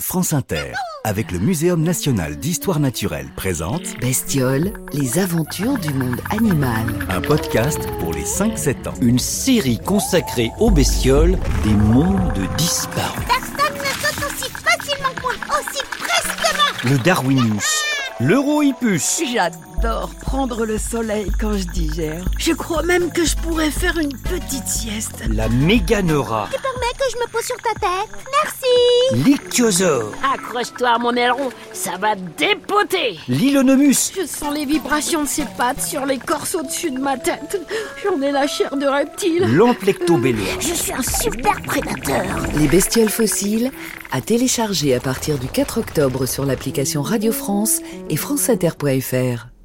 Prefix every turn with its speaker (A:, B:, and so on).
A: France Inter, avec le Muséum national d'histoire naturelle présente
B: Bestioles, les aventures du monde animal.
A: un podcast pour les 5-7 ans.
C: une série consacrée aux bestioles des mondes disparus.
D: aussi facilement que moi, aussi presque
C: Le Darwinius, l'Eurohippus,
E: J'adore prendre le soleil quand je digère. Je crois même que je pourrais faire une petite sieste.
C: la Méganora,
D: permet que je me pose sur ta tête. Merci.
C: l'ichthyosaure,
F: Accroche-toi à mon aileron, ça va dépoter
C: l'ilonomus,
E: Je sens les vibrations de ses pattes sur l'écorce au-dessus de ma tête. J'en ai la chair de reptile.
C: l'amphlectobélois.
D: Je suis un super prédateur.
B: Les bestioles fossiles à télécharger à partir du 4 octobre sur l'application Radio France et franceinter.fr.